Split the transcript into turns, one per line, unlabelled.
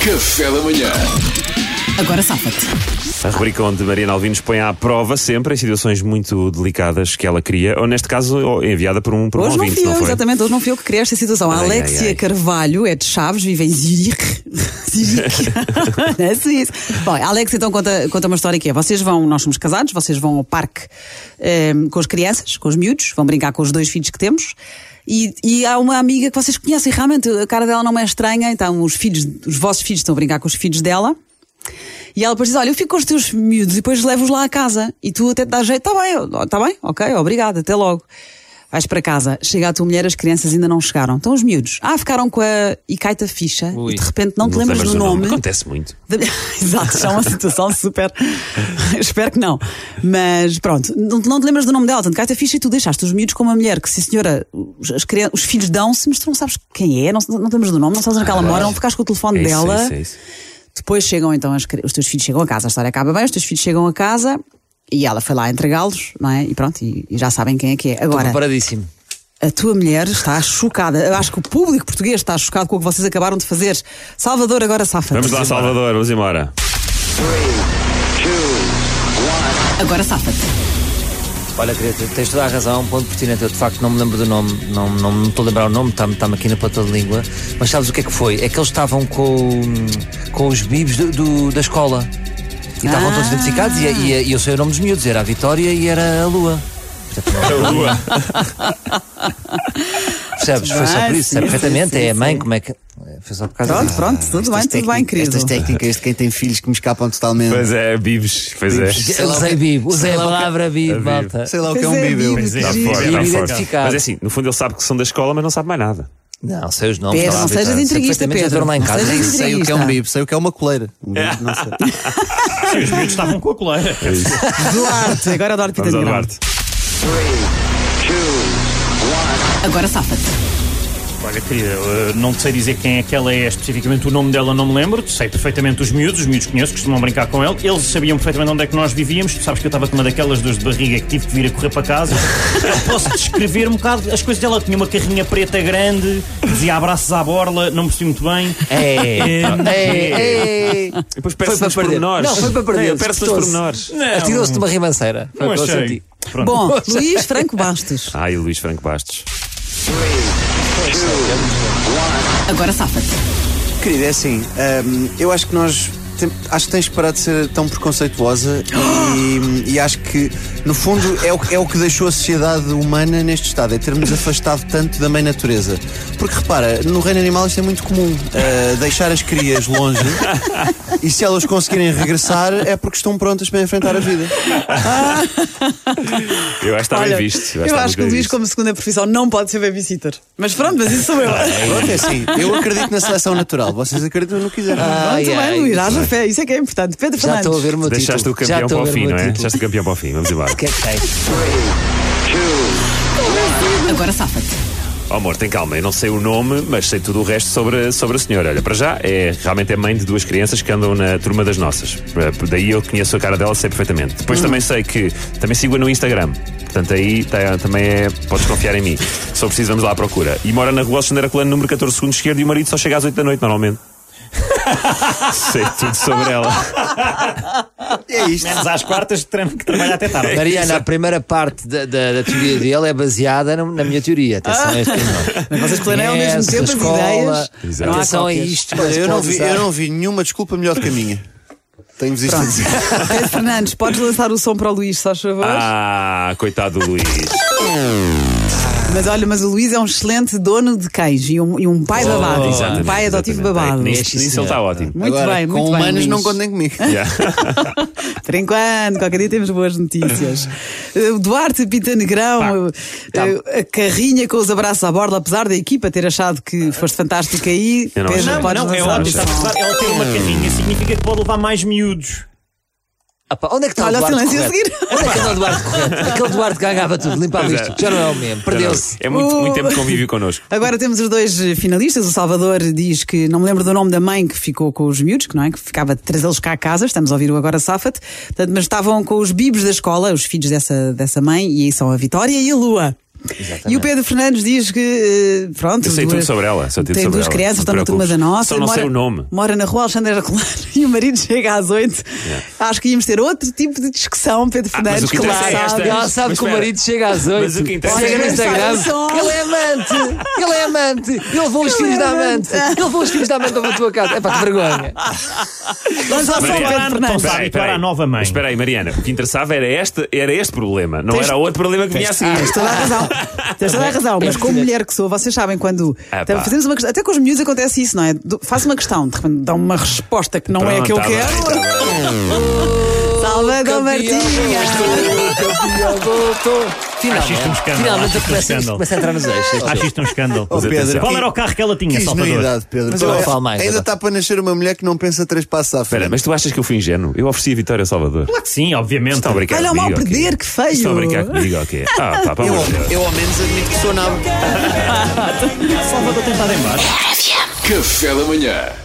Café da manhã.
Agora safa-te.
A rubrica onde Mariana Alvines põe à prova sempre em situações muito delicadas que ela cria, ou neste caso ou enviada por um, por um
Hoje não
ouvinte,
fui
não
eu,
foi?
exatamente, hoje não fui eu que criei esta situação. A
Ai,
Alexia
ai, ai.
Carvalho é de Chaves, vive em Zurique. Zurique. Na Suíça. é Bom, a Alexia então conta, conta uma história que é: vocês vão, nós somos casados, vocês vão ao parque ehm, com as crianças, com os miúdos, vão brincar com os dois filhos que temos. E, e há uma amiga que vocês conhecem, realmente a cara dela não é estranha, então os filhos, os vossos filhos estão a brincar com os filhos dela. E ela depois diz: Olha, eu fico com os teus miúdos e depois levo-os lá a casa. E tu até te dá jeito, tá bem, eu- tá bem, ok, obrigada, até logo. Vais para casa, chega a tua mulher, as crianças ainda não chegaram. Estão os miúdos. Ah, ficaram com a. E cai-te a ficha. E de repente não, te lembras do nome.
Acontece muito.
Da- Exato, já é uma situação super. Espero que não. Mas pronto, não, não te lembras do nome dela, tanto cai-te a ficha e tu deixaste os miúdos com uma mulher que, se senhora, os, as crian- os filhos dão-se, mas tu não sabes quem é, não, não te lembras do nome, não sabes onde é que ela mora, não ficaste com o telefone
É isso,
Um dela.
é isso, é isso.
Depois chegam então as cri- os teus filhos chegam a casa, a história acaba bem, os teus filhos chegam a casa e ela foi lá entregá-los, não é? E pronto, e, e já sabem quem é que é. Agora,
Preparadíssimo.
a tua mulher está chocada. Eu acho que o público português está chocado com o que vocês acabaram de fazer. Salvador, agora safa.
Vamos lá, Salvador, vamos embora.
Agora safa-te.
Olha, querida, tens toda a razão, um ponto pertinente. Eu de facto não me lembro do nome, não, não, não estou a lembrar o nome, está-me está-me aqui na ponta da língua. Mas sabes o que é que foi? É que eles estavam com, com os bibs do- do- da escola. E estavam
Ah.
todos identificados e, e- e eu sei o nome dos miúdos, era a Vitória e era a Lua. Percebes? Foi só por
bem,
isso,
sim,
é perfeitamente.
sim,
é a
sim,
mãe,
sim.
como é que. é, Foi só por causa
Pronto,
disso.
pronto, tudo bem, tudo bem, querido.
Estas técnicas de quem tem filhos que me escapam totalmente.
Pois é, Bibes, pois é.
Bibes.
Eu usei bib, usei
é
a palavra bib,
bib.
malta.
Sei lá o que é
Pois
um
é,
bíbel.
Bíblia,
Está
que
fora,
giro.
está fora.
Identificado.
Mas é assim, no fundo ele sabe que são da escola, mas não sabe mais nada.
Não, sei os nomes.
Pedro,
tá lá.
não sejas
Sei
intriguista, Pedro.
perfeitamente, já estou lá em
Não
casa.
sejas
Sei o que é
Entrevista.
um bíbel, sei o que é uma coleira. Um bíbel, não sei.
É isso.
Duarte, agora é o Duarte
Vamos ao
Pita de
Duarte.
Agora safa-te.
Olha, querida, eh, não te sei dizer quem é que ela é especificamente, o nome dela não me lembro, sei perfeitamente os miúdos, os miúdos conheço, costumam brincar com ele, eles sabiam perfeitamente onde é que nós vivíamos, tu sabes que eu estava com uma daquelas dores de barriga que tive que vir a correr para casa. Eu posso descrever um bocado as coisas dela, tinha uma carrinha preta grande, dizia abraços à borla, não me percebi muito bem.
É, é, é.
E Depois perde-se nos
para perder.
pormenores.
Não, foi para perder.
É, Perde-se nos
Espetou-se.
pormenores.
Atirou-se de uma ribanceira. Foi
não
o que eu
achei.
senti.
Pronto.
Bom, Luís Franco Bastos.
Ai, Luís Franco Bastos.
Agora safa-te.
Querida, é assim, hum, eu acho que nós. tem- Acho que tens de parar de ser tão preconceituosa e, e acho que, no fundo, é o, é o que deixou a sociedade humana neste estado, é termos afastado tanto da mãe natureza. Porque repara, no reino animal isto é muito comum, ah, deixar as crias longe e se elas conseguirem regressar é porque estão prontas para enfrentar a vida.
Eu acho que está bem
Olha,
visto.
eu
está
acho
muito
que o
bem
Luís,
visto.
como segunda profissão, não pode ser babysitter. Mas pronto, mas isso sou eu.
Ah,
Pronto, é assim, eu acredito na seleção natural, vocês acreditam no que quiserem.
Ai,
Muito bem,
ai,
Luís,
muito
haja fé, isso é que é importante. Pedro
Já
Fernandes.
estou a ver o meu título.
Deixaste o
Já
campeão
estou
para
a
o
ver
fim,
meu
não é?
título.
Deixaste o campeão para o fim. Vamos embora.
O que é que tens?
Agora safa-te.
Oh, amor, tem calma, eu não sei o nome, mas sei tudo o resto sobre, a- sobre a senhora. Olha, para já, é realmente é mãe de duas crianças que andam na turma das nossas. Eh, Daí eu conheço a cara dela, sei perfeitamente. Depois
Hum.
também sei que também sigo-a no Instagram. Portanto, aí tá- também é. Podes confiar em mim. Só preciso, vamos lá à procura. E mora na rua Alexandre Acolano, número 14, segundo esquerdo, e o marido só chega às 8 da noite, normalmente. sei tudo sobre ela.
Ah,
É isto.
Menos às quartas que tra- que trabalha até tarde.
Mariana, a primeira parte da, da- da teoria dele é baseada na, na minha teoria. Atenção a este pormenor.
Vocês planearam ao
Conhece
mesmo tempo
a
as
escola.
ideias.
Exato.
Não há
Atenção a
cópias.
isto.
Olha,
mas
eu não,
pode
vi,
usar.
eu não vi nenhuma desculpa melhor que a minha. Tenho-vos isto a dizer.
Pedro Fernandes, podes lançar o som para o Luís, só a favor.
Ah, coitado do Luís.
Mas olha, mas o Luís é um excelente dono de cães e um, e um pai babado. Um
Exatamente,
pai adotivo
exatamente.
babado. Hum?
Nisso,
Este
nisso ele tá
senhor.
está ótimo.
Muito
Agora,
bem,
com
muito bem.
humanos
Luís.
não contem comigo.
Por enquanto, qualquer dia temos boas notícias. Eh, O Duarte Pita Negrão, eh, eh, a carrinha com os abraços à borda, apesar da equipa ter achado que foste fantástico aí,
Eu não
Pedro,
achei.
podes
Não, é
lançar.
ótimo, sabe, sabe, ela tem uma carrinha, significa que pode levar mais miúdos.
Ah, pá, onde é que está
Olha
o
o
Duarte
silêncio a
correto?
seguir.
Onde é que está o Duarte correto? Aquele Duarte que ganhava tudo, limpava
Pois é.
isto. Já não é o mesmo. Perdeu-se.
É muito, muito
Uh.
tempo que convive connosco.
Agora temos os dois eh, finalistas. O Salvador diz que não me lembro do nome da mãe que ficou com os miúdos, que não é? Que ficava de trazê-los cá a casa. Estamos a ouvir o Agora Safate. Portanto, mas estavam com os bibos da escola, os filhos dessa, dessa mãe, e aí são a Vitória e a Lua. E o Pedro Fernandes diz que, eh, pronto,
Eu sei
duas-
tudo sobre ela, sei tudo
tem
sobre
duas
ela,
crianças,
não
estão
te
na turma
preocupes.
da nossa.
Só não sei o nome.
Mora na rua Alexandre Herculano e o marido chega às oito. Acho que íamos ter outro tipo de discussão, Pedro
Ah, mas
Fernandes,
o que interessa é esta.
sabe.
Ela sabe
Mas
que o
espera.
marido chega às oito.
Mas o que interessa
Chega
é
no
que-
Instagram.
Sai
Ele é amante. Ele é amante. Ele levou os
Ele
filhos
é
da amante.
amante.
Ele levou os filhos da amante para a tua casa. É pá, que vergonha.
Vamos lá só um o
Espera aí.
Pedro Fernandes.
Espera aí,
Então,
espera
habituar
aí.
à nova mãe.
Mas Espera aí, Mariana, o que interessava era este, era este problema, não era outro problema que vinha assim.
Tens toda a razão. Tens toda a razão. Mas como mulher que sou, vocês sabem quando
Ah,
tam-
pá.
fazemos uma questão. Até com os miúdos acontece isso, não é? Do- Faço uma questão, de repente dão uma resposta que não é a que eu
Pronto, tá bem,
quero. Salvador Martinha!
Campeão, doutor.
Acho isto um
Finalmente, finalmente eu
escândalo, acho isto um
começo,
escândalo.
começo a entrar nos eixos.
Acho isto um escândalo.
Oh, Pedro,
Qual
que-
era o carro que ela tinha,
Que
Salvador?
ingenuidade, Pedro.
Mas eu
Tu-
não falo mais,
é- Ainda
agora.
está para nascer uma mulher que não pensa três passos à frente.
Espera, mas tu achas que eu fui ingênuo? Eu ofereci a vitória ao Salvador.
Claro que sim, obviamente.
Estão a brincar
é
Olha o
comigo,
mal
ok?
perder, que feio.
Estão a brincar comigo, ok? Ah, pá, pelo
eu,
amor de Deus.
eu ao menos admito que sou nabo.
Salvador tem estado em baixo.
Café da Manhã